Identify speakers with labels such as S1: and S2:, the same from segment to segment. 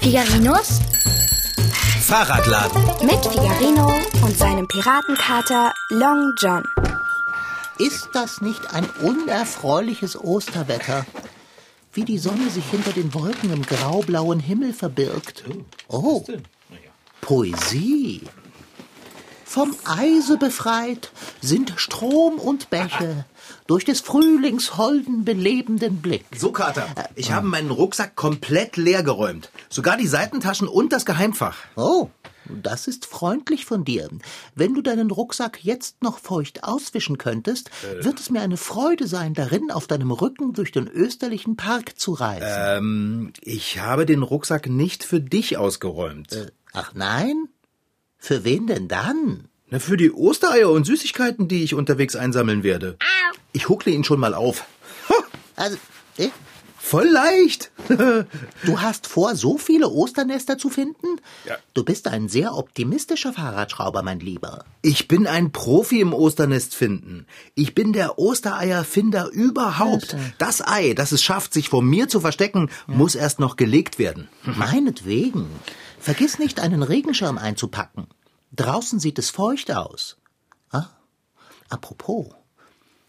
S1: Figarinos
S2: Fahrradladen.
S1: mit Figarino und seinem Piratenkater Long John.
S3: Ist das nicht ein unerfreuliches Osterwetter? Wie die Sonne sich hinter den Wolken im graublauen Himmel verbirgt. Oh, Poesie. Vom Eise befreit sind Strom und Bäche durch des Frühlings holden belebenden Blick.
S2: So, Kater, ich habe meinen Rucksack komplett leer geräumt. Sogar die Seitentaschen und das Geheimfach.
S3: Oh, das ist freundlich von dir. Wenn du deinen Rucksack jetzt noch feucht auswischen könntest, wird es mir eine Freude sein, darin auf deinem Rücken durch den österlichen Park zu reisen.
S2: Ich habe den Rucksack nicht für dich ausgeräumt.
S3: Äh. Ach nein? Für wen denn dann?
S2: Na, für die Ostereier und Süßigkeiten, die ich unterwegs einsammeln werde. Ich huckle ihn schon mal auf. Ha,
S3: Also, äh,
S2: voll leicht.
S3: du hast vor, so viele Osternester zu finden?
S2: Ja.
S3: Du bist ein sehr optimistischer Fahrradschrauber, mein Lieber.
S2: Ich bin ein Profi im Osternest finden. Ich bin der Ostereierfinder überhaupt. Das Ei, das es schafft, sich vor mir zu verstecken, muss erst noch gelegt werden.
S3: Meinetwegen. Vergiss nicht, einen Regenschirm einzupacken. Draußen sieht es feucht aus. Ah, apropos.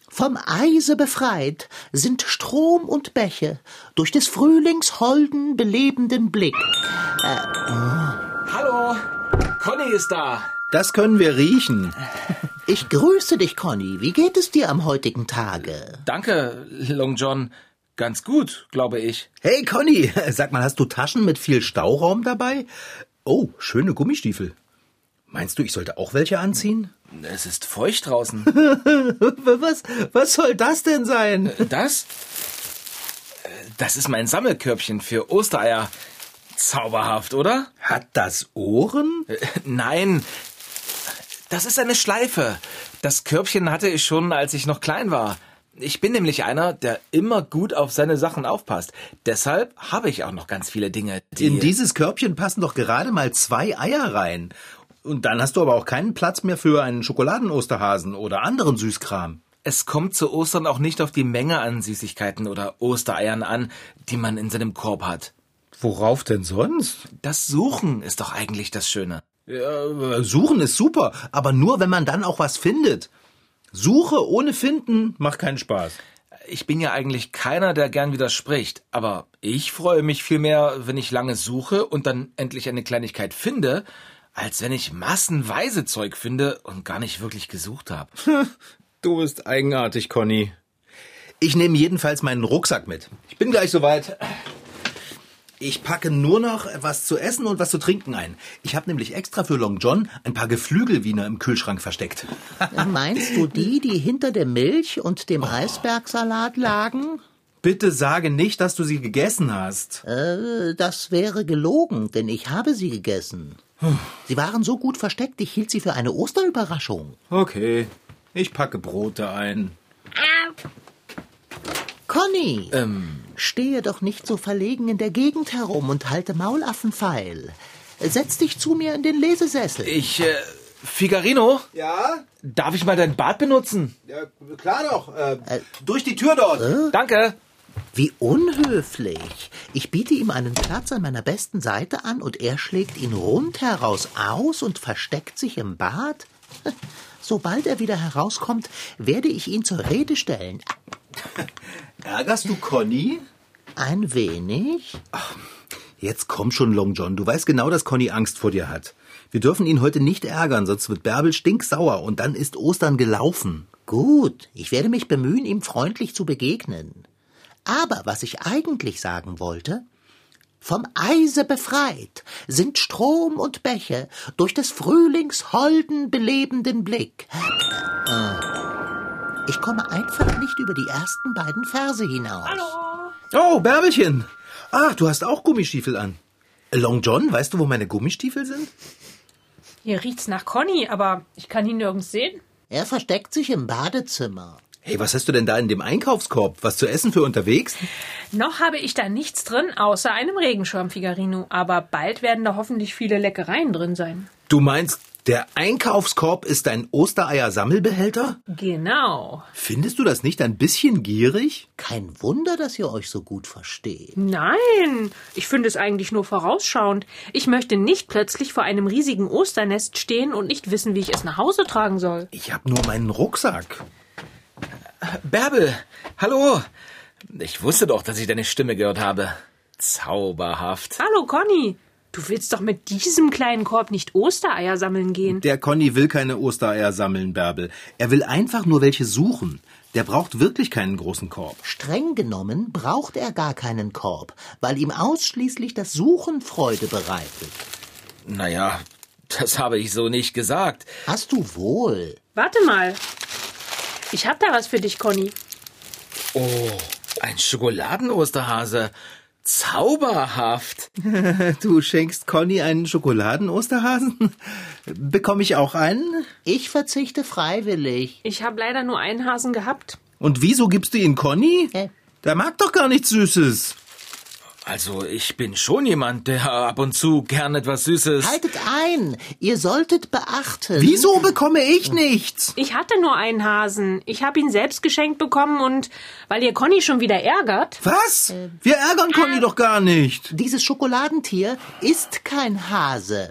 S3: Vom Eise befreit sind Strom und Bäche durch des Frühlings holden, belebenden Blick.
S4: Hallo, Conny ist da.
S2: Das können wir riechen.
S3: Ich grüße dich, Conny. Wie geht es dir am heutigen Tage?
S4: Danke, Long John. Ganz gut, glaube ich.
S2: Hey Conny, sag mal, hast du Taschen mit viel Stauraum dabei? Oh, schöne Gummistiefel. Meinst du, ich sollte auch welche anziehen?
S4: Es ist feucht draußen.
S2: Was, was soll das denn sein?
S4: Das? Das ist mein Sammelkörbchen für Ostereier. Zauberhaft, oder? Äh,
S2: Hat das Ohren?
S4: Nein. Das ist eine Schleife. Das Körbchen hatte ich schon, als ich noch klein war. Ich bin nämlich einer, der immer gut auf seine Sachen aufpasst. Deshalb habe ich auch noch ganz viele Dinge, die...
S2: In dieses Körbchen passen doch gerade mal zwei Eier rein. Und dann hast du aber auch keinen Platz mehr für einen Schokoladen-Osterhasen oder anderen Süßkram.
S4: Es kommt zu Ostern auch nicht auf die Menge an Süßigkeiten oder Ostereiern an, die man in seinem Korb hat.
S2: Worauf denn sonst?
S4: Das Suchen ist doch eigentlich das Schöne.
S2: Äh, Suchen ist super, aber nur, wenn man dann auch was findet. Suche ohne Finden macht keinen Spaß.
S4: Ich bin ja eigentlich keiner, der gern widerspricht, aber ich freue mich viel mehr, wenn ich lange suche und dann endlich eine Kleinigkeit finde, als wenn ich massenweise Zeug finde und gar nicht wirklich gesucht habe.
S2: Du bist eigenartig, Conny. Ich nehme jedenfalls meinen Rucksack mit. Ich bin gleich soweit. Ich packe nur noch was zu essen und was zu trinken ein. Ich habe nämlich extra für Long John ein paar Geflügelwiener im Kühlschrank versteckt.
S3: Meinst du die, die hinter der Milch und
S2: Oh.
S3: dem Eisbergsalat lagen?
S2: Bitte sage nicht, dass du sie gegessen hast.
S3: Äh, das wäre gelogen, denn ich habe sie gegessen.
S2: Hm.
S3: Sie waren so gut versteckt, ich hielt sie für eine Osterüberraschung.
S2: Okay, ich packe Brote ein.
S3: Conny,
S2: Ähm.
S3: stehe doch nicht so verlegen in der Gegend herum und halte Maulaffen feil. Setz dich zu mir in den Lesesessel.
S4: Ich, äh, Figarino,
S2: Ja,
S4: darf ich mal dein Bad benutzen?
S2: ja klar doch. Äh, durch die Tür dort.
S4: Danke.
S3: Wie unhöflich. Ich biete ihm einen Platz an meiner besten Seite an und er schlägt ihn rundheraus aus und versteckt sich im Bad. Sobald er wieder herauskommt, werde ich ihn zur Rede stellen.
S2: Ärgerst du Conny?
S3: Ein wenig?
S2: Jetzt komm schon, Long John. Du weißt genau, dass Conny Angst vor dir hat. Wir dürfen ihn heute nicht ärgern, sonst wird Bärbel stinksauer und dann ist Ostern gelaufen.
S3: Gut, ich werde mich bemühen, ihm freundlich zu begegnen. Aber was ich eigentlich sagen wollte, vom Eise befreit sind Strom und Bäche durch des Frühlings holden belebenden Blick. Äh, Ich komme einfach nicht über die ersten beiden Verse hinaus.
S2: Oh, Bärbelchen. Ach, Ah, du hast auch Gummistiefel an. Äh, Long John, weißt du, wo meine Gummistiefel sind?
S5: Hier riecht's nach Conny, aber ich kann ihn nirgends sehen.
S3: Er versteckt sich im Badezimmer.
S2: Hey, was hast du denn da in dem Einkaufskorb? Was zu essen für unterwegs?
S5: Noch habe ich da nichts drin, außer einem Regenschirm, Figarino. Aber bald werden da hoffentlich viele Leckereien drin sein.
S2: Du meinst, Der Einkaufskorb ist dein Ostereier-Sammelbehälter?
S5: Genau.
S2: Findest du das nicht ein bisschen gierig?
S3: Kein Wunder, dass ihr euch so gut versteht.
S5: Hm. Nein, ich finde es eigentlich nur vorausschauend. Ich möchte nicht plötzlich vor einem riesigen Osternest stehen und nicht wissen, wie ich es nach Hause tragen soll.
S2: Ich habe nur meinen Rucksack.
S4: Bärbel, hallo. Ich wusste doch, dass ich deine Stimme gehört habe. Zauberhaft.
S5: Hallo, Conny. Du willst doch mit diesem kleinen Korb nicht Ostereier sammeln gehen.
S2: Der Conny will keine Ostereier sammeln, Bärbel. Er will einfach nur welche suchen. Der braucht wirklich keinen großen Korb.
S3: Streng genommen braucht er gar keinen Korb, weil ihm ausschließlich das Suchen Freude bereitet.
S4: Naja, das habe ich so nicht gesagt.
S3: Hast du wohl.
S5: Warte mal. Ich hab da was für dich, Conny.
S4: Oh, ein Schokoladen-Osterhase. Zauberhaft.
S2: Du schenkst Conny einen Schokoladen-Osterhasen? Bekomme ich auch einen?
S3: Ich verzichte freiwillig.
S5: Ich habe leider nur einen Hasen gehabt.
S2: Und wieso gibst du ihn Conny?
S3: Hä?
S2: Der mag doch gar nichts Süßes.
S4: Also, ich bin schon jemand, der ab und zu gern etwas Süßes.
S3: Haltet ein, ihr solltet beachten.
S2: Wieso bekomme ich nichts?
S5: Ich hatte nur einen Hasen. Ich habe ihn selbst geschenkt bekommen und weil ihr Conny schon wieder ärgert.
S2: Was? Wir ärgern Conny doch gar nicht.
S3: Dieses Schokoladentier ist kein Hase.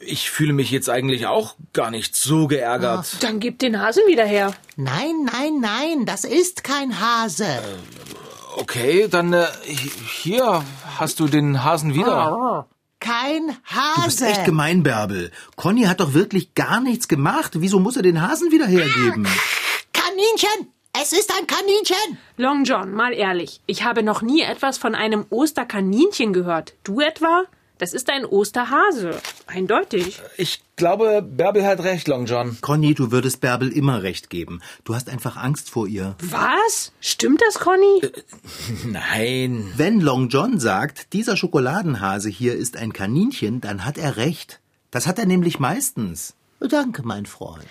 S4: Ich fühle mich jetzt eigentlich auch gar nicht so geärgert.
S5: Dann gib den Hasen wieder her.
S3: Nein, nein, nein, das ist kein Hase.
S4: Okay, dann äh, hier hast du den Hasen wieder.
S3: Kein
S2: Du bist
S3: Hase.
S2: echt gemein, Bärbel. Conny hat doch wirklich gar nichts gemacht. Wieso muss er den Hasen wieder hergeben?
S3: Kaninchen! Es ist ein Kaninchen!
S5: Long John, mal ehrlich. Ich habe noch nie etwas von einem Osterkaninchen gehört. Du etwa? Das ist ein Osterhase. Eindeutig.
S4: Ich glaube, Bärbel hat recht, Long John.
S2: Conny, du würdest Bärbel immer recht geben. Du hast einfach Angst vor ihr.
S5: Was? Stimmt das, Conny?
S4: Nein.
S2: Wenn Long John sagt, dieser Schokoladenhase hier ist ein Kaninchen, dann hat er recht. Das hat er nämlich meistens.
S3: Danke, mein Freund.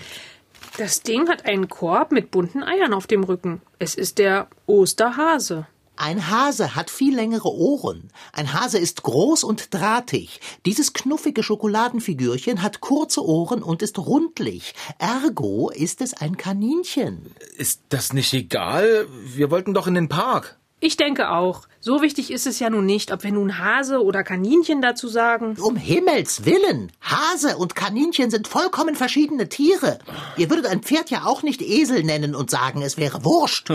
S5: Das Ding hat einen Korb mit bunten Eiern auf dem Rücken. Es ist der Osterhase.
S3: Ein Hase hat viel längere Ohren. Ein Hase ist groß und drahtig. Dieses knuffige Schokoladenfigürchen hat kurze Ohren und ist rundlich. Ergo ist es ein Kaninchen.
S4: Ist das nicht egal? Wir wollten doch in den Park.
S5: Ich denke auch. So wichtig ist es ja nun nicht, ob wir nun Hase oder Kaninchen dazu sagen.
S3: Um Himmels Willen! Hase und Kaninchen sind vollkommen verschiedene Tiere. Ihr würdet ein Pferd ja auch nicht Esel nennen und sagen, es wäre Wurscht.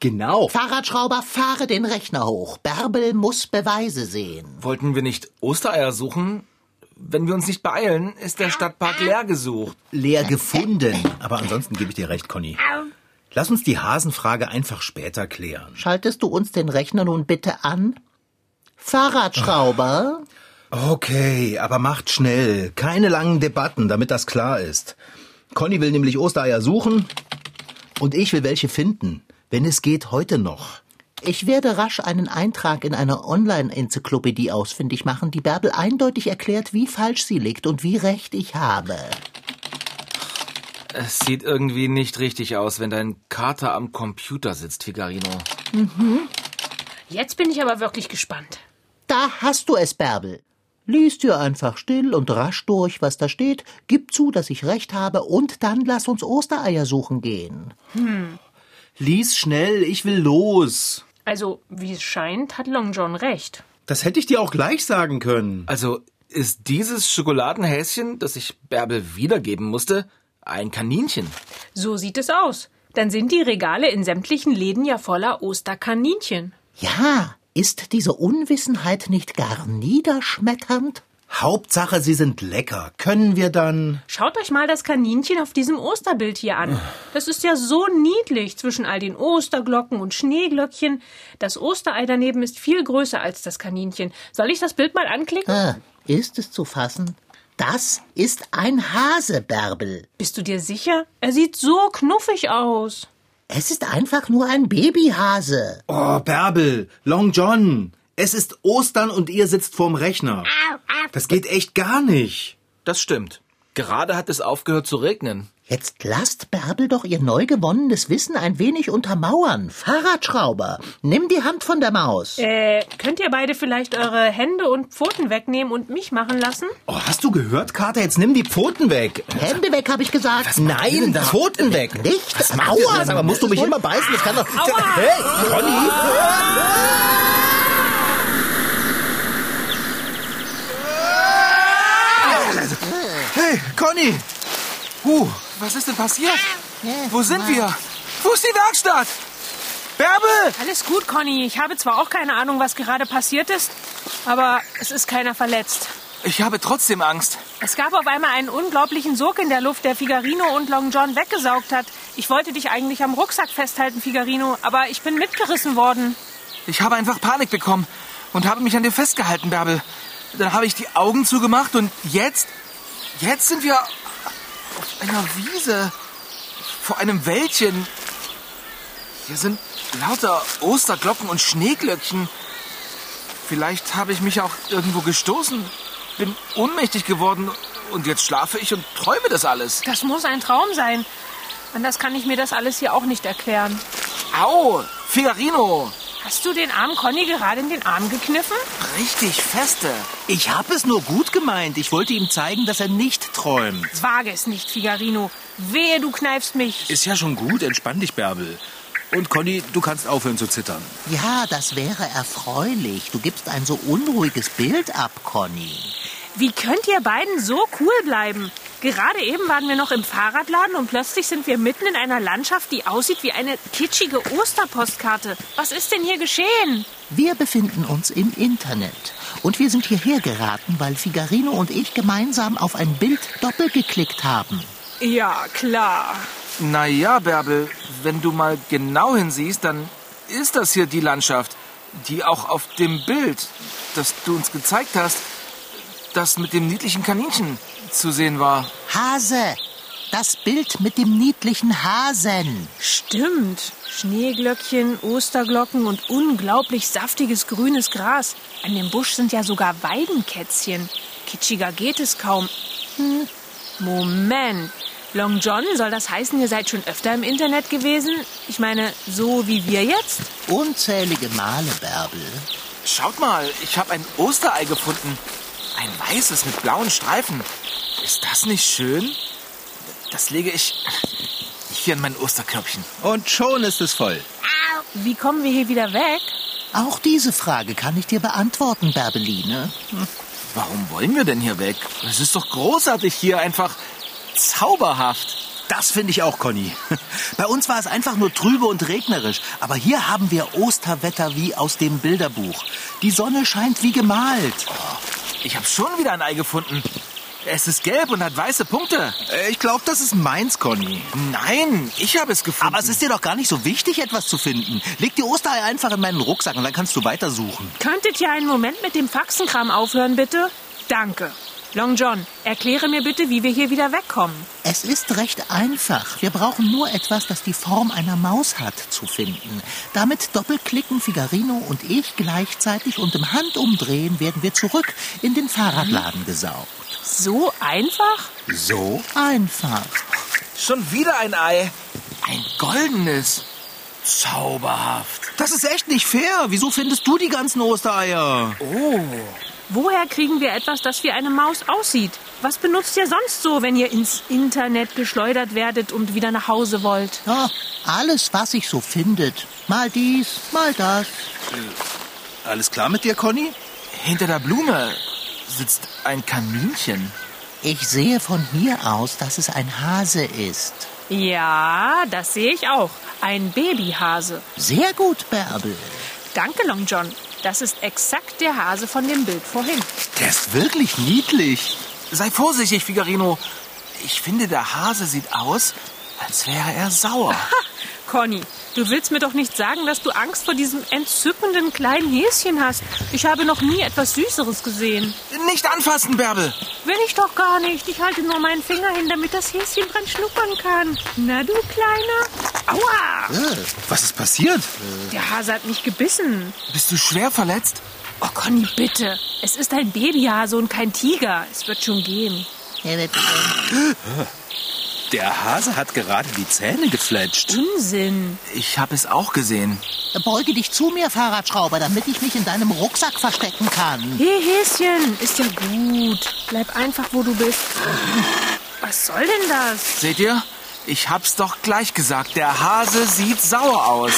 S2: Genau.
S3: Fahrradschrauber, fahre den Rechner hoch. Bärbel muss Beweise sehen.
S4: Wollten wir nicht Ostereier suchen? Wenn wir uns nicht beeilen, ist der Stadtpark leer gesucht.
S2: Leer gefunden. Aber ansonsten gebe ich dir recht, Conny. Lass uns die Hasenfrage einfach später klären.
S3: Schaltest du uns den Rechner nun bitte an? Fahrradschrauber?
S2: Okay, aber macht schnell. Keine langen Debatten, damit das klar ist. Conny will nämlich Ostereier suchen und ich will welche finden. Wenn es geht, heute noch.
S3: Ich werde rasch einen Eintrag in einer Online-Enzyklopädie ausfindig machen, die Bärbel eindeutig erklärt, wie falsch sie liegt und wie recht ich habe.
S4: Es sieht irgendwie nicht richtig aus, wenn dein Kater am Computer sitzt, Figarino.
S5: Jetzt bin ich aber wirklich gespannt.
S3: Da hast du es, Bärbel. Lies dir einfach still und rasch durch, was da steht, gib zu, dass ich recht habe, und dann lass uns Ostereier suchen gehen.
S2: Lies schnell, ich will los.
S5: Also, wie es scheint, hat Long John recht.
S2: Das hätte ich dir auch gleich sagen können.
S4: Also, ist dieses Schokoladenhäschen, das ich Bärbel wiedergeben musste, ein Kaninchen?
S5: So sieht es aus. Dann sind die Regale in sämtlichen Läden ja voller Osterkaninchen.
S3: Ja, ist diese Unwissenheit nicht gar niederschmetternd?
S2: Hauptsache, sie sind lecker. Können wir dann.
S5: Schaut euch mal das Kaninchen auf diesem Osterbild hier an. Das ist ja so niedlich zwischen all den Osterglocken und Schneeglöckchen. Das Osterei daneben ist viel größer als das Kaninchen. Soll ich das Bild mal anklicken?
S3: Ah, ist es zu fassen? Das ist ein Hase, Bärbel.
S5: Bist du dir sicher? Er sieht so knuffig aus.
S3: Es ist einfach nur ein Babyhase.
S2: Oh, Bärbel, Long John. Es ist Ostern und ihr sitzt vorm Rechner. Das geht echt gar nicht.
S4: Das stimmt. Gerade hat es aufgehört zu regnen.
S3: Jetzt lasst Bärbel doch ihr neu gewonnenes Wissen ein wenig untermauern. Fahrradschrauber, nimm die Hand von der Maus.
S5: Äh, könnt ihr beide vielleicht eure Hände und Pfoten wegnehmen und mich machen lassen?
S2: Oh, hast du gehört, Kater? Jetzt nimm die Pfoten weg.
S3: Hände weg, habe ich gesagt. Nein,
S2: da? Pfoten weg.
S3: nicht.
S2: Was macht ihr denn?
S3: Aua,
S2: Aber musst du mich immer beißen? Das kann doch... Hey, Conny! Hey, Conny! Huh,
S4: Was ist denn passiert? Wo sind wir? Wo ist die Werkstatt? Bärbel!
S5: Alles gut, Conny. Ich habe zwar auch keine Ahnung, was gerade passiert ist, aber es ist keiner verletzt.
S4: Ich habe trotzdem Angst.
S5: Es gab auf einmal einen unglaublichen Sog in der Luft, der Figarino und Long John weggesaugt hat. Ich wollte dich eigentlich am Rucksack festhalten, Figarino, aber ich bin mitgerissen worden.
S4: Ich habe einfach Panik bekommen und habe mich an dir festgehalten, Bärbel. Dann habe ich die Augen zugemacht und jetzt, jetzt sind wir auf einer Wiese vor einem Wäldchen. Hier sind lauter Osterglocken und Schneeglöckchen. Vielleicht habe ich mich auch irgendwo gestoßen, bin ohnmächtig geworden und jetzt schlafe ich und träume das alles.
S5: Das muss ein Traum sein. Anders kann ich mir das alles hier auch nicht erklären.
S4: Au, Figarino,
S5: Hast du den armen Conny gerade in den Arm gekniffen?
S4: richtig feste.
S2: ich habe es nur gut gemeint. Ich wollte ihm zeigen, dass er nicht träumt.
S5: Wage es nicht, Figarino. Wehe, du kneifst mich.
S2: Ist ja schon gut. Entspann dich, Bärbel. Und Conny, du kannst aufhören zu zittern.
S3: Ja, das wäre erfreulich. Du gibst ein so unruhiges Bild ab, Conny.
S5: Wie könnt ihr beiden so cool bleiben? Gerade eben waren wir noch im Fahrradladen und plötzlich sind wir mitten in einer Landschaft, die aussieht wie eine kitschige Osterpostkarte. Was ist denn hier geschehen?
S3: Wir befinden uns im Internet. Und wir sind hierher geraten, weil Figarino und ich gemeinsam auf ein Bild doppelt geklickt haben.
S5: Ja, klar.
S4: Naja, Bärbel, wenn du mal genau hinsiehst, dann ist das hier die Landschaft, die auch auf dem Bild, das du uns gezeigt hast, das mit dem niedlichen Kaninchen zu sehen war.
S3: Hase! Das Bild mit dem niedlichen Hasen.
S5: Stimmt. Schneeglöckchen, Osterglocken und unglaublich saftiges grünes Gras. An dem Busch sind ja sogar Weidenkätzchen. Kitschiger geht es kaum. Hm. Moment. Long John, soll das heißen, ihr seid schon öfter im Internet gewesen? Ich meine, so wie wir jetzt?
S3: Unzählige Male, Bärbel.
S4: Schaut mal, ich habe ein Osterei gefunden. Ein weißes mit blauen Streifen. Ist das nicht schön? Das lege ich hier in mein Osterkörbchen.
S2: Und schon ist es voll.
S5: Wie kommen wir hier wieder weg?
S3: Auch diese Frage kann ich dir beantworten, Bärbeline.
S4: Warum wollen wir denn hier weg? Es ist doch großartig hier, einfach zauberhaft.
S2: Das finde ich auch, Conny. Bei uns war es einfach nur trübe und regnerisch. Aber hier haben wir Osterwetter wie aus dem Bilderbuch. Die Sonne scheint wie gemalt.
S4: Ich habe schon wieder ein Ei gefunden. Es ist gelb und hat weiße Punkte.
S2: Äh, Ich glaube, das ist meins, Conny.
S4: Nein, ich habe es gefunden.
S2: Aber es ist dir doch gar nicht so wichtig, etwas zu finden. Leg die Osterei einfach in meinen Rucksack und dann kannst du weitersuchen.
S5: Könntet ihr einen Moment mit dem Faxenkram aufhören, bitte? Danke. Long John, erkläre mir bitte, wie wir hier wieder wegkommen.
S3: Es ist recht einfach. Wir brauchen nur etwas, das die Form einer Maus hat, zu finden. Damit doppelklicken Figarino und ich gleichzeitig und im Handumdrehen werden wir zurück in den Fahrradladen gesaugt.
S5: So einfach?
S3: So einfach.
S4: schon wieder ein Ei. Ein goldenes. Zauberhaft.
S2: Das ist echt nicht fair. Wieso findest du die ganzen Ostereier?
S5: Woher kriegen wir etwas, das wie eine Maus aussieht? Was benutzt ihr sonst so, wenn ihr ins Internet geschleudert werdet und wieder nach Hause wollt?
S3: Ja, alles, was sich so findet. Mal dies, mal das.
S2: Alles klar mit dir, Conny?
S4: Hinter der Blume sitzt ein Kaninchen.
S3: Ich sehe von hier aus, dass es ein Hase ist.
S5: Ja, das sehe ich auch. Ein Babyhase.
S3: Sehr gut, Bärbel.
S5: Danke, Long John. Das ist exakt der Hase von dem Bild vorhin.
S2: Der ist wirklich niedlich.
S4: Sei vorsichtig, Figarino. Ich finde, der Hase sieht aus, als wäre er sauer.
S5: Conny, du willst mir doch nicht sagen, dass du Angst vor diesem entzückenden kleinen Häschen hast. Ich habe noch nie etwas Süßeres gesehen.
S4: Nicht anfassen, Bärbel.
S5: Will ich doch gar nicht. Ich halte nur meinen Finger hin, damit das Häschen dran schnuppern kann. Na du Kleiner. Aua!
S2: Was ist passiert?
S5: Der Hase hat mich gebissen.
S4: Bist du schwer verletzt?
S5: Oh, Conny, bitte. Es ist ein Babyhase und kein Tiger. Es wird schon gehen.
S2: Der Hase hat gerade die Zähne gefletscht.
S5: Unsinn.
S4: Ich habe es auch gesehen.
S3: Beuge dich zu mir, Fahrradschrauber, damit ich mich in deinem Rucksack verstecken kann.
S5: Hey, Häschen, ist ja gut. Bleib einfach, wo du bist. Was soll denn das?
S4: Seht ihr? Ich hab's doch gleich gesagt. Der Hase sieht sauer aus.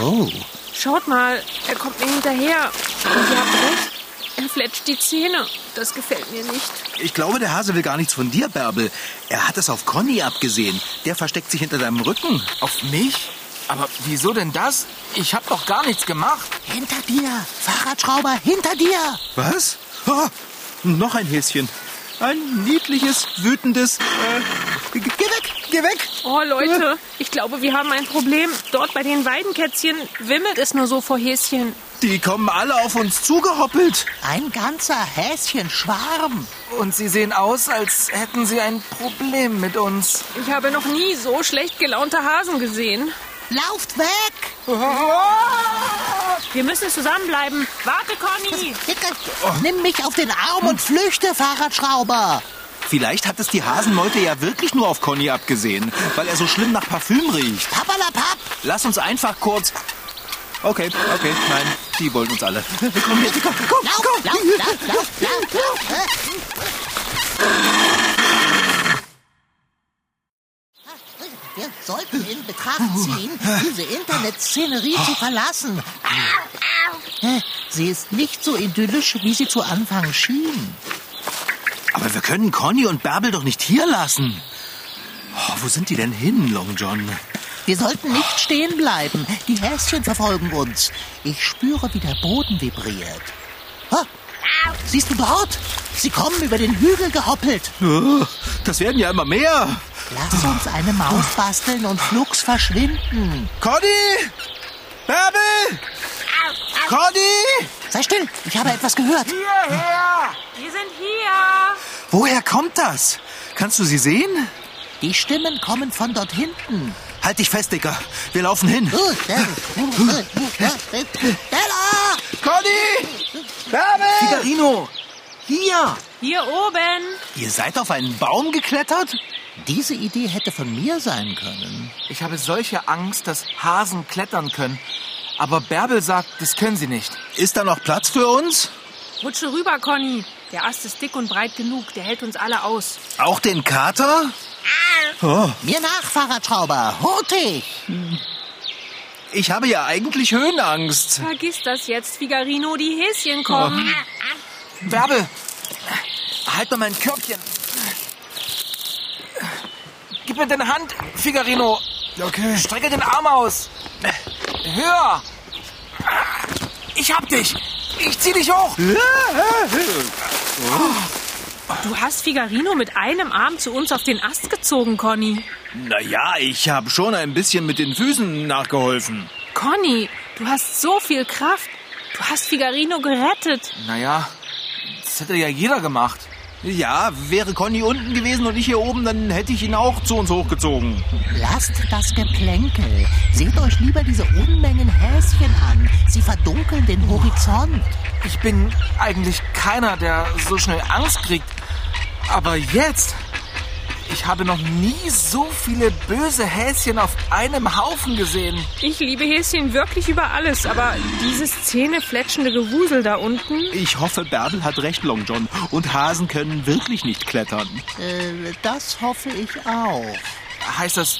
S3: Oh,
S5: Schaut mal, er kommt mir hinterher. Und ihr habt recht, er fletscht die Zähne. Das gefällt mir nicht.
S2: Ich glaube, der Hase will gar nichts von dir, Bärbel. Er hat es auf Conny abgesehen. Der versteckt sich hinter deinem Rücken.
S4: Auf mich? Aber wieso denn das? Ich hab doch gar nichts gemacht.
S3: hinter dir, Fahrradschrauber, hinter dir.
S2: Was? Ah, noch ein Häschen. Ein niedliches, wütendes. Äh, ge- geh weg, geh weg!
S5: Oh, Leute, ich glaube, wir haben ein Problem. Dort bei den Weidenkätzchen wimmelt es nur so vor Häschen.
S2: Die kommen alle auf uns zugehoppelt.
S3: Ein ganzer Häschenschwarm.
S4: Und sie sehen aus, als hätten sie ein Problem mit uns.
S5: Ich habe noch nie so schlecht gelaunte Hasen gesehen.
S3: Lauft weg!
S5: Wir müssen zusammenbleiben. Warte, Conny!
S3: Nimm mich auf den Arm und flüchte, Fahrradschrauber.
S2: Vielleicht hat es die Hasenmeute ja wirklich nur auf Conny abgesehen, weil er so schlimm nach Parfüm riecht.
S3: Pappalapapp.
S2: Lass uns einfach kurz. Okay, okay, nein, die wollen uns alle. Komm hier, komm, komm,
S3: Lauf,
S2: komm.
S3: lauf, lauf, lauf, lauf, lauf. Wir sollten in Betracht ziehen, diese Internetszenerie zu verlassen. Sie ist nicht so idyllisch, wie sie zu Anfang schien.
S2: Aber wir können Conny und Bärbel doch nicht hier lassen. Oh, wo sind die denn hin, Long John?
S3: Wir sollten nicht stehen bleiben. Die Häschen verfolgen uns. Ich spüre, wie der Boden vibriert. Ha, siehst du dort? Sie kommen über den Hügel gehoppelt.
S2: Oh, Das werden ja immer mehr.
S3: Lass uns eine Maus basteln und flugs verschwinden.
S2: Conny! Bärbel! Conny!
S3: Sei still, ich habe etwas gehört.
S5: Wir sind hier!
S2: Woher kommt das? Kannst du sie sehen?
S3: Die Stimmen kommen von dort hinten.
S2: Halt dich fest, Dicker. Wir laufen hin.
S3: Stella!
S2: Conny! Bärbel!
S4: Figarino! Hier!
S5: Hier oben!
S2: Ihr seid auf einen Baum geklettert?
S3: Diese Idee hätte von mir sein können.
S4: Ich habe solche Angst, dass Hasen klettern können. Aber Bärbel sagt, das können sie nicht.
S2: Ist da noch Platz für uns?
S5: Rutsche rüber, Conny. Der Ast ist dick und breit genug. Der hält uns alle aus.
S2: Auch den Kater?
S3: Mir nach, Fahrradschrauber, hurtig!
S2: Ich habe ja eigentlich Höhenangst.
S5: Vergiss das jetzt, Figarino. Die Häschen kommen.
S4: Bärbel! Halt mal mein Körbchen. Gib mir deine Hand, Figarino.
S2: Okay.
S4: Strecke den Arm aus. Höher! Ich hab dich! Ich zieh dich hoch!
S5: Du hast Figarino mit einem Arm zu uns auf den Ast gezogen, Conny.
S2: Naja, ich habe schon ein bisschen mit den Füßen nachgeholfen.
S5: Conny, du hast so viel Kraft. Du hast Figarino gerettet.
S4: Naja, das hätte ja jeder gemacht.
S2: Ja, wäre Conny unten gewesen und ich hier oben, dann hätte ich ihn auch zu uns hochgezogen.
S3: Lasst das Geplänkel. Seht euch lieber diese Unmengen Häschen an. Sie verdunkeln den Horizont.
S4: Ich bin eigentlich keiner, der so schnell Angst kriegt. Aber jetzt, ich habe noch nie so viele böse Häschen auf einem Haufen gesehen.
S5: Ich liebe Häschen wirklich über alles, aber dieses zähnefletschende Gewusel da unten.
S2: Ich hoffe, Bärbel hat recht, Long John. Und Hasen können wirklich nicht klettern.
S3: Äh, das hoffe ich auch.
S4: Heißt das,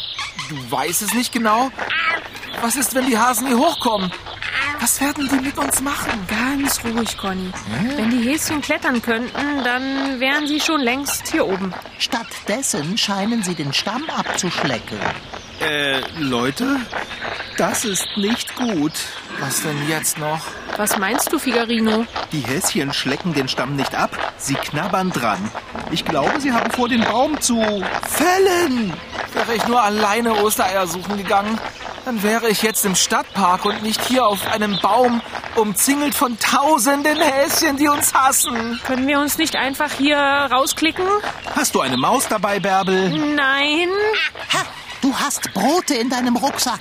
S4: du weißt es nicht genau? Was ist, wenn die Hasen hier hochkommen? Was werden die mit uns machen?
S5: Ganz ruhig, Conny. Wenn die Häschen klettern könnten, dann wären sie schon längst hier oben.
S3: Stattdessen scheinen sie den Stamm abzuschlecken.
S2: Äh, Leute, das ist nicht gut.
S4: Was denn jetzt noch?
S5: Was meinst du, Figarino?
S2: Die Häschen schlecken den Stamm nicht ab, sie knabbern dran. Ich glaube, sie haben vor, den Baum zu fällen.
S4: Wäre ich nur alleine Ostereier suchen gegangen, dann wäre ich jetzt im Stadtpark und nicht hier auf einem Baum, umzingelt von tausenden Häschen, die uns hassen.
S5: Können wir uns nicht einfach hier rausklicken?
S2: Hast du eine Maus dabei, Bärbel?
S5: Nein.
S3: Ha, du hast Brote in deinem Rucksack.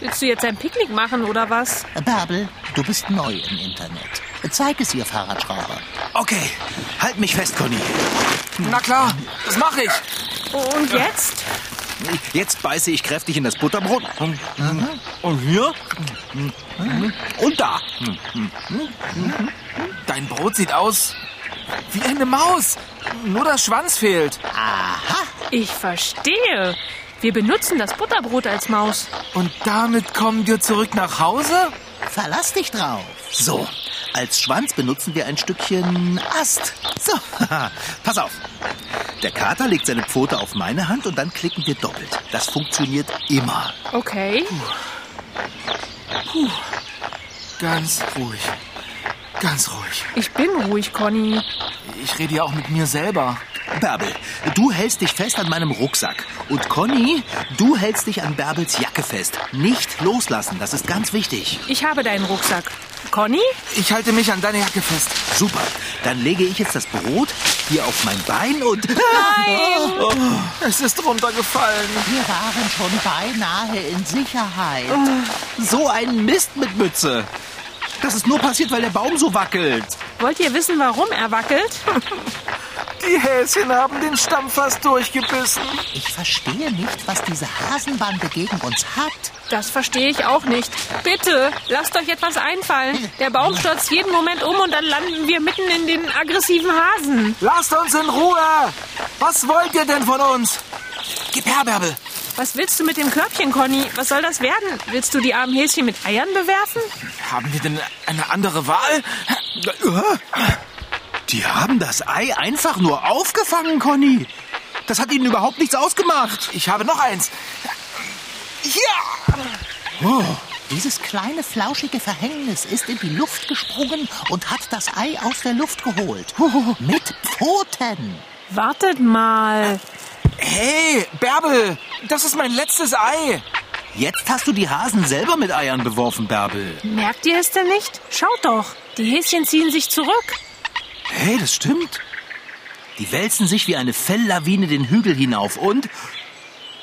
S5: Willst du jetzt ein Picknick machen oder was?
S3: Bärbel, du bist neu im Internet. Zeig es ihr, Fahrradschrauber.
S2: Okay, halt mich fest, Conny.
S4: Na klar, das mache ich.
S5: Und jetzt?
S2: Jetzt beiße ich kräftig in das Butterbrot. Und hier.
S4: Und da! Dein Brot sieht aus wie eine Maus. Nur der Schwanz fehlt.
S5: Ich verstehe. Wir benutzen das Butterbrot als Maus.
S4: Und damit kommen wir zurück nach Hause?
S3: Verlass dich drauf. So, als Schwanz benutzen wir ein Stückchen Ast.
S2: So, haha. pass auf. Der Kater legt seine Pfote auf meine Hand und dann klicken wir doppelt. Das funktioniert immer.
S5: Okay.
S4: Ganz ruhig. Ganz ruhig.
S5: Ich bin ruhig, Conny.
S4: Ich rede ja auch mit mir selber.
S2: Bärbel, du hältst dich fest an meinem Rucksack. Und Conny, du hältst dich an Bärbels Jacke fest. Nicht loslassen, das ist ganz wichtig.
S5: Ich habe deinen Rucksack. Conny?
S4: Ich halte mich an deine Jacke fest.
S2: Super, dann lege ich jetzt das Brot hier auf mein Bein und...
S5: Nein!
S4: Es ist runtergefallen.
S3: Wir waren schon beinahe in Sicherheit.
S2: Ah, So ein Mist mit Mütze. Das ist nur passiert, weil der Baum so wackelt.
S5: Wollt ihr wissen, warum er wackelt?
S4: Die Häschen haben den Stamm fast durchgebissen.
S3: Ich verstehe nicht, was diese Hasenbande gegen uns hat.
S5: Das verstehe ich auch nicht. Bitte, lasst euch etwas einfallen. Der Baum stürzt jeden Moment um und dann landen wir mitten in den aggressiven Hasen.
S4: Lasst uns in Ruhe! Was wollt ihr denn von uns? Gib her, Bärbel.
S5: Was willst du mit dem Körbchen, Conny? Was soll das werden? Willst du die armen Häschen mit Eiern bewerfen?
S4: Haben wir denn eine andere Wahl?
S2: Die haben das Ei einfach nur aufgefangen, Conny. Das hat ihnen überhaupt nichts ausgemacht.
S4: Ich habe noch eins. Ja!
S3: Dieses kleine, flauschige Verhängnis ist in die Luft gesprungen und hat das Ei aus der Luft geholt. Mit Pfoten.
S5: Wartet mal.
S4: Hey, Bärbel, das ist mein letztes Ei.
S2: Jetzt hast du die Hasen selber mit Eiern beworfen, Bärbel.
S5: Merkt ihr es denn nicht? Schaut doch. Die Häschen ziehen sich zurück.
S2: Hey, das stimmt. Die wälzen sich wie eine Felllawine den Hügel hinauf und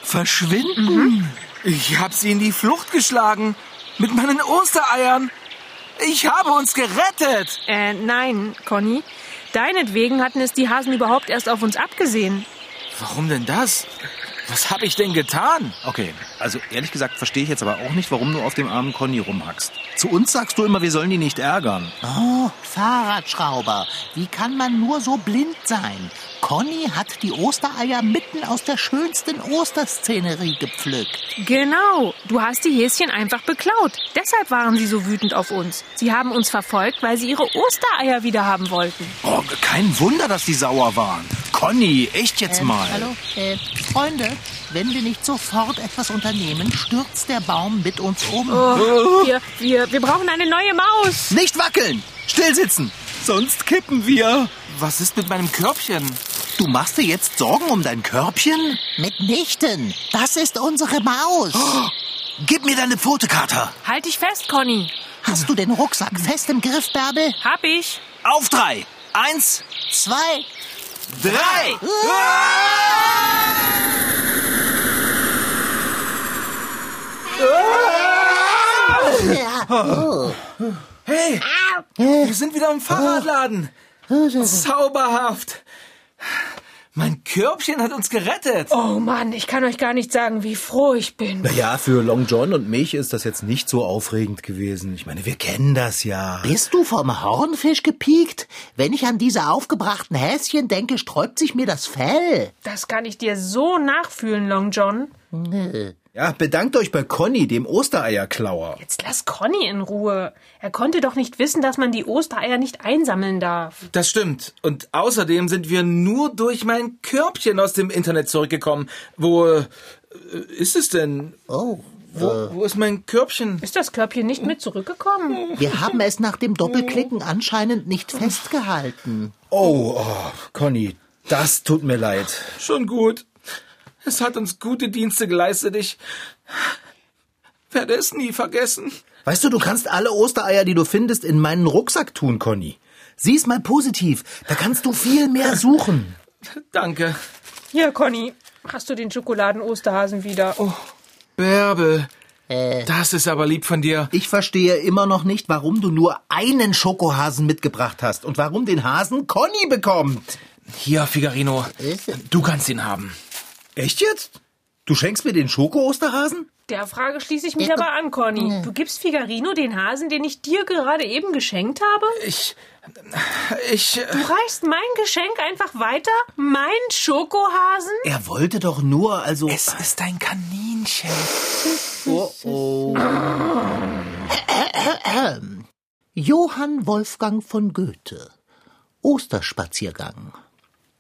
S2: verschwinden.
S4: Ich habe sie in die Flucht geschlagen. Mit meinen Ostereiern. Ich habe uns gerettet.
S5: Äh, nein, Conny. Deinetwegen hatten es die Hasen überhaupt erst auf uns abgesehen.
S4: Warum denn das? Was habe ich denn getan?
S2: Okay, also ehrlich gesagt verstehe ich jetzt aber auch nicht, warum du auf dem armen Conny rumhackst. Zu uns sagst du immer, wir sollen die nicht ärgern.
S3: Oh, Fahrradschrauber. Wie kann man nur so blind sein? Conny hat die Ostereier mitten aus der schönsten Osterszenerie gepflückt.
S5: Genau, du hast die Häschen einfach beklaut. Deshalb waren sie so wütend auf uns. Sie haben uns verfolgt, weil sie ihre Ostereier wieder haben wollten.
S2: Oh, kein Wunder, dass die sauer waren. Conny, echt jetzt mal.
S3: Hallo? Äh, Freunde, wenn wir nicht sofort etwas unternehmen, stürzt der Baum mit uns um.
S5: Oh, Wir, wir, wir brauchen eine neue Maus.
S2: Nicht wackeln! Stillsitzen! Sonst kippen wir!
S4: Was ist mit meinem Körbchen?
S2: Du machst dir jetzt Sorgen um dein Körbchen?
S3: Mitnichten. Das ist unsere Maus.
S2: Gib mir deine Pfote, Kater!
S5: Halt dich fest, Conny.
S3: Hast du den Rucksack fest im Griff, Bärbel?
S5: Hab ich.
S2: Auf drei! Eins,
S3: Zwei.
S2: drei!
S4: Hey, wir sind wieder im Fahrradladen. Zauberhaft. Mein Körbchen hat uns gerettet.
S5: Oh Mann, ich kann euch gar nicht sagen, wie froh ich bin.
S2: Naja, für Long John und mich ist das jetzt nicht so aufregend gewesen. Ich meine, wir kennen das ja.
S3: Bist du vom Hornfisch gepiekt? Wenn ich an diese aufgebrachten Häschen denke, sträubt sich mir das Fell.
S5: Das kann ich dir so nachfühlen, Long John.
S2: Ja, bedankt euch bei Conny, dem Ostereierklauer.
S5: Jetzt lass Conny in Ruhe. Er konnte doch nicht wissen, dass man die Ostereier nicht einsammeln darf.
S4: Das stimmt. Und außerdem sind wir nur durch mein Körbchen aus dem Internet zurückgekommen. Wo äh, ist es denn?
S3: Oh.
S4: Wo, wo ist mein Körbchen?
S5: Ist das Körbchen nicht mit zurückgekommen?
S3: Wir haben es nach dem Doppelklicken anscheinend nicht festgehalten.
S2: Oh, oh, Conny, das tut mir leid.
S4: Schon gut. Es hat uns gute Dienste geleistet. Ich werde es nie vergessen.
S2: Weißt du, du kannst alle Ostereier, die du findest, in meinen Rucksack tun, Conny. Sieh's mal positiv. Da kannst du viel mehr suchen.
S4: Danke.
S5: Hier, Conny, hast du den Schokoladen-Osterhasen wieder? Oh,
S4: Bärbel. Das ist aber lieb von dir.
S2: Ich verstehe immer noch nicht, warum du nur einen Schokohasen mitgebracht hast und warum den Hasen Conny bekommt.
S4: Hier, Figarino. Du kannst ihn haben.
S2: Echt jetzt? Du schenkst mir den Schoko-Osterhasen?
S5: Der Frage schließe ich mich aber an, Conny. Du gibst Figarino den Hasen, den ich dir gerade eben geschenkt habe?
S4: Ich. Ich. äh,
S5: Du reichst mein Geschenk einfach weiter? Mein Schokohasen?
S2: Er wollte doch nur, also.
S4: Es ist ein Kaninchen.
S3: Johann Wolfgang von Goethe. Osterspaziergang.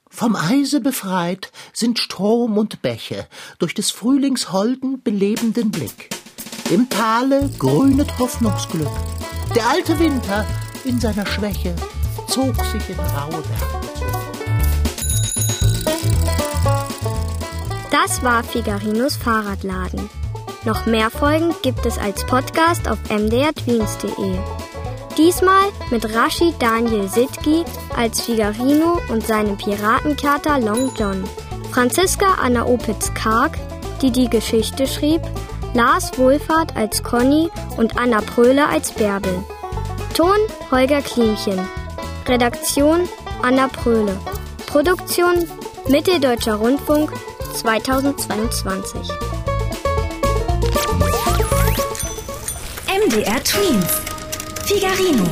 S3: Vom Eise befreit sind Strom und Bäche durch des Frühlings holden, belebenden Blick. Im Tale grünet Hoffnungsglück. Der alte Winter in seiner Schwäche zog sich in raue Berge.
S6: Das war Figarinos Fahrradladen. Noch mehr Folgen gibt es als Podcast auf mdrtweens.de. E. Diesmal mit Rashid Daniel Sitki als Figarino und seinem Piratenkater Long John. Franziska Anna Opitz-Karg, die die Geschichte schrieb, Lars Wohlfahrt als Conny und Anna Pröhle als Bärbel. Ton Holger Klimchen. Redaktion Anna Pröhle. Produktion Mitteldeutscher Rundfunk 2022.
S7: MDR Twins. Figarino.